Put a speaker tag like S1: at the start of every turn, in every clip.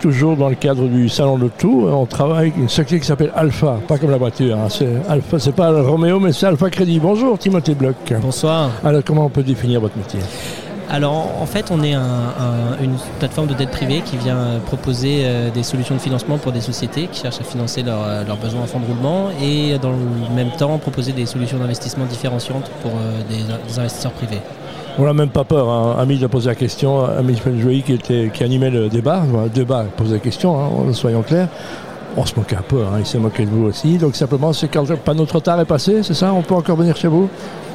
S1: Toujours dans le cadre du salon de l'auto, on travaille avec une société qui s'appelle Alpha, pas comme la voiture. hein, C'est Alpha, c'est pas Romeo, mais c'est Alpha Crédit. Bonjour Timothée Bloch.
S2: Bonsoir.
S1: Alors comment on peut définir votre métier
S2: Alors en fait, on est un- un- une plateforme de dette privée qui vient euh, proposer euh, des solutions de financement pour des sociétés qui cherchent à financer leurs euh, leurs besoins en fonds de roulement et euh, dans le même temps proposer des solutions d'investissement différenciantes pour euh, des, des investisseurs privés.
S1: On n'a même pas peur. Hein. Amine a posé la question, Amine Fenjoui qui, était, qui animait le débat, enfin, le débat posait la question, hein, soyons clairs. On se moque un peu, hein, il s'est moqué de vous aussi. Donc simplement, c'est quand le panneau trop tard est passé, c'est ça On peut encore venir chez vous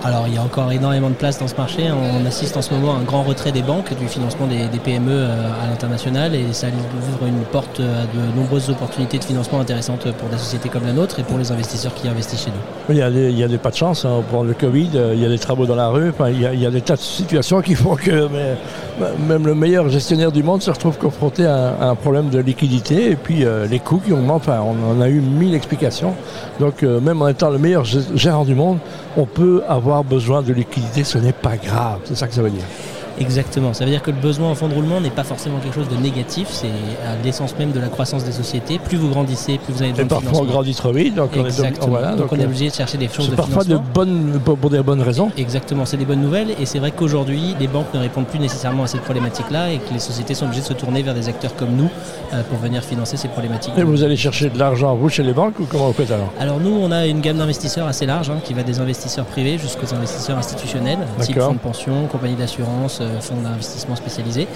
S2: Alors il y a encore énormément de place dans ce marché. On assiste en ce moment à un grand retrait des banques du financement des, des PME euh, à l'international et ça ouvre une porte euh, à de nombreuses opportunités de financement intéressantes pour des sociétés comme la nôtre et pour les investisseurs qui investissent chez nous.
S1: Il y a des, il y a des pas de chance, hein. on prend le Covid, euh, il y a des travaux dans la rue, enfin, il, y a, il y a des tas de situations qui font que mais, m- même le meilleur gestionnaire du monde se retrouve confronté à, un- à un problème de liquidité et puis euh, les coûts qui augmentent, enfin, on en a eu mille explications. Donc euh, même en étant le meilleur gé- gérant du monde, on peut avoir besoin de liquidité, ce n'est pas grave, c'est ça que ça veut dire.
S2: Exactement, ça veut dire que le besoin en fonds de roulement n'est pas forcément quelque chose de négatif, c'est à l'essence même de la croissance des sociétés. Plus vous grandissez, plus vous avez
S1: Et
S2: besoin de
S1: parfois on
S2: financement.
S1: grandit trop vite, donc on est, donc-
S2: Exactement.
S1: voilà,
S2: donc,
S1: donc,
S2: on est
S1: euh,
S2: obligé de chercher des choses
S1: c'est
S2: de
S1: parfois
S2: financement.
S1: de bonnes, pour, pour des bonnes raisons.
S2: Exactement, c'est des bonnes nouvelles et c'est vrai qu'aujourd'hui les banques ne répondent plus nécessairement à cette problématique-là et que les sociétés sont obligées de se tourner vers des acteurs comme nous euh, pour venir financer ces problématiques.
S1: Et vous allez chercher de l'argent, vous, chez les banques, ou comment vous faites alors
S2: Alors nous, on a une gamme d'investisseurs assez large, hein, qui va des investisseurs privés jusqu'aux investisseurs institutionnels, type
S1: D'accord.
S2: fonds de pension, compagnie d'assurance, euh, fonds d'investissement spécialisés.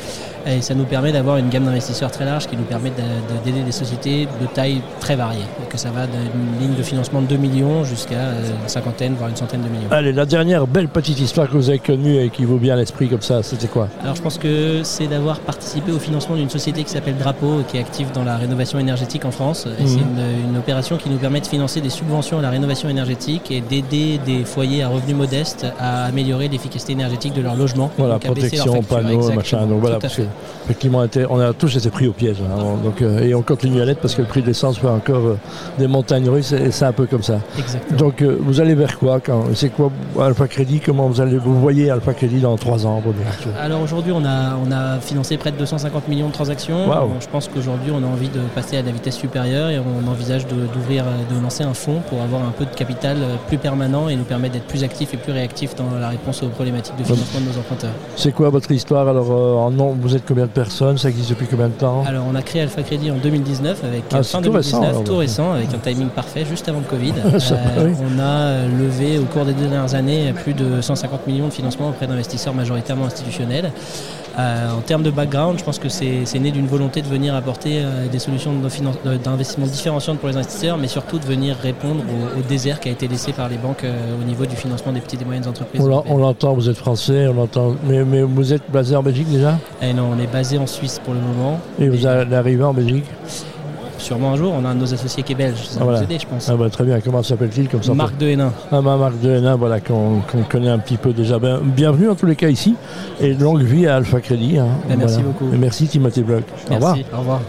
S2: Et ça nous permet d'avoir une gamme d'investisseurs très large qui nous permet de- de- d'aider des sociétés de taille très variée, que ça va d'une ligne de financement de 2 millions jusqu'à euh, une cinquantaine, voire une centaine de millions.
S1: Allez, la dernière belle petite histoire que vous avez connue et qui vous vient à l'esprit comme ça, c'était quoi
S2: Alors je pense que c'est d'avoir participé au financement d'une société qui s'appelle Drapeau, qui est active dans la rénovation énergétique en France. Et
S1: Mhm.
S2: c'est une, une opération qui nous permet de financer des subventions à la rénovation énergétique et d'aider des foyers à revenus modestes à améliorer l'efficacité énergétique de leur logement.
S1: Voilà,
S2: donc à baisser leur
S1: protection,
S2: facture.
S1: panneaux,
S2: Exactement,
S1: machin. Donc voilà,
S2: tout à
S1: parce
S2: fait.
S1: que, effectivement, on était- on a tous été pris au piège. hein, on- donc, euh, et on continue à l'être parce que le prix de l'essence fait encore euh, des montagnes russes et, c'est un peu comme ça.
S2: Exactement.
S1: Donc euh, vous allez vers quoi quand- C'est quoi Alpha Crédit Comment vous allez vous voyez Alpha Crédit dans trois ans pour dire quelque chose
S2: Alors aujourd'hui, on a, on a financé près de 250 millions de transactions.
S1: Waouh.
S2: Bon, Je pense qu'aujourd'hui, on a envie de passer à la vitesse supérieure et on envisage de- d'ouvrir, euh, de lancer un fonds pour avoir un peu de capital euh, plus permanent et nous permettre d'être plus actifs et plus réactifs dans la réponse aux problématiques de financement de nos emprunteurs.
S1: C'est quoi votre histoire Alors, euh, en nom, vous êtes combien de personnes Ça existe depuis combien de temps
S2: Alors, on a créé Alpha Crédit en 2019 avec
S1: Oh. Ah,
S2: euh,
S1: c'est
S2: fin
S1: tout récent,
S2: 2019,
S1: alors.
S2: tout récent, avec un timing parfait juste avant le Covid.
S1: Ça, oui.
S2: on a euh, levé au cours des deux dernières années plus de 150 millions de financements auprès d'investisseurs majoritairement institutionnels. Euh, en termes de background, je pense que c'est c'est né d'une volonté de venir apporter euh, des solutions de finan- de- d'investissement différenciantes pour les investisseurs, mais surtout de venir répondre au, au désert qui a été laissé par les banques euh, au niveau du financement des petites et moyennes entreprises.
S1: On l'en-
S2: européennes.
S1: on l'entend, vous êtes français, on l'entend. Mais, mais vous êtes basé en Belgique déjà
S2: Et Eh non, on est basé en Suisse pour le moment.
S1: Et vous allez arriver en Belgique
S2: Sûrement un jour, on a un de nos associés qui est belge. Ça va
S1: Ah, voilà.
S2: nous aider, je pense.
S1: Ah bah, très bien, comment s'appelle-t-il comme ça
S2: Marc de Hénin.
S1: Ah bah, Marc de Hénin, voilà, qu'on qu'on connaît un petit peu déjà. Ben, bienvenue en tous les cas ici, et longue vie à Alpha Crédit. hein.
S2: Ben, merci beaucoup.
S1: Et merci Timothée Bloch. Au revoir.
S2: Merci. Au revoir.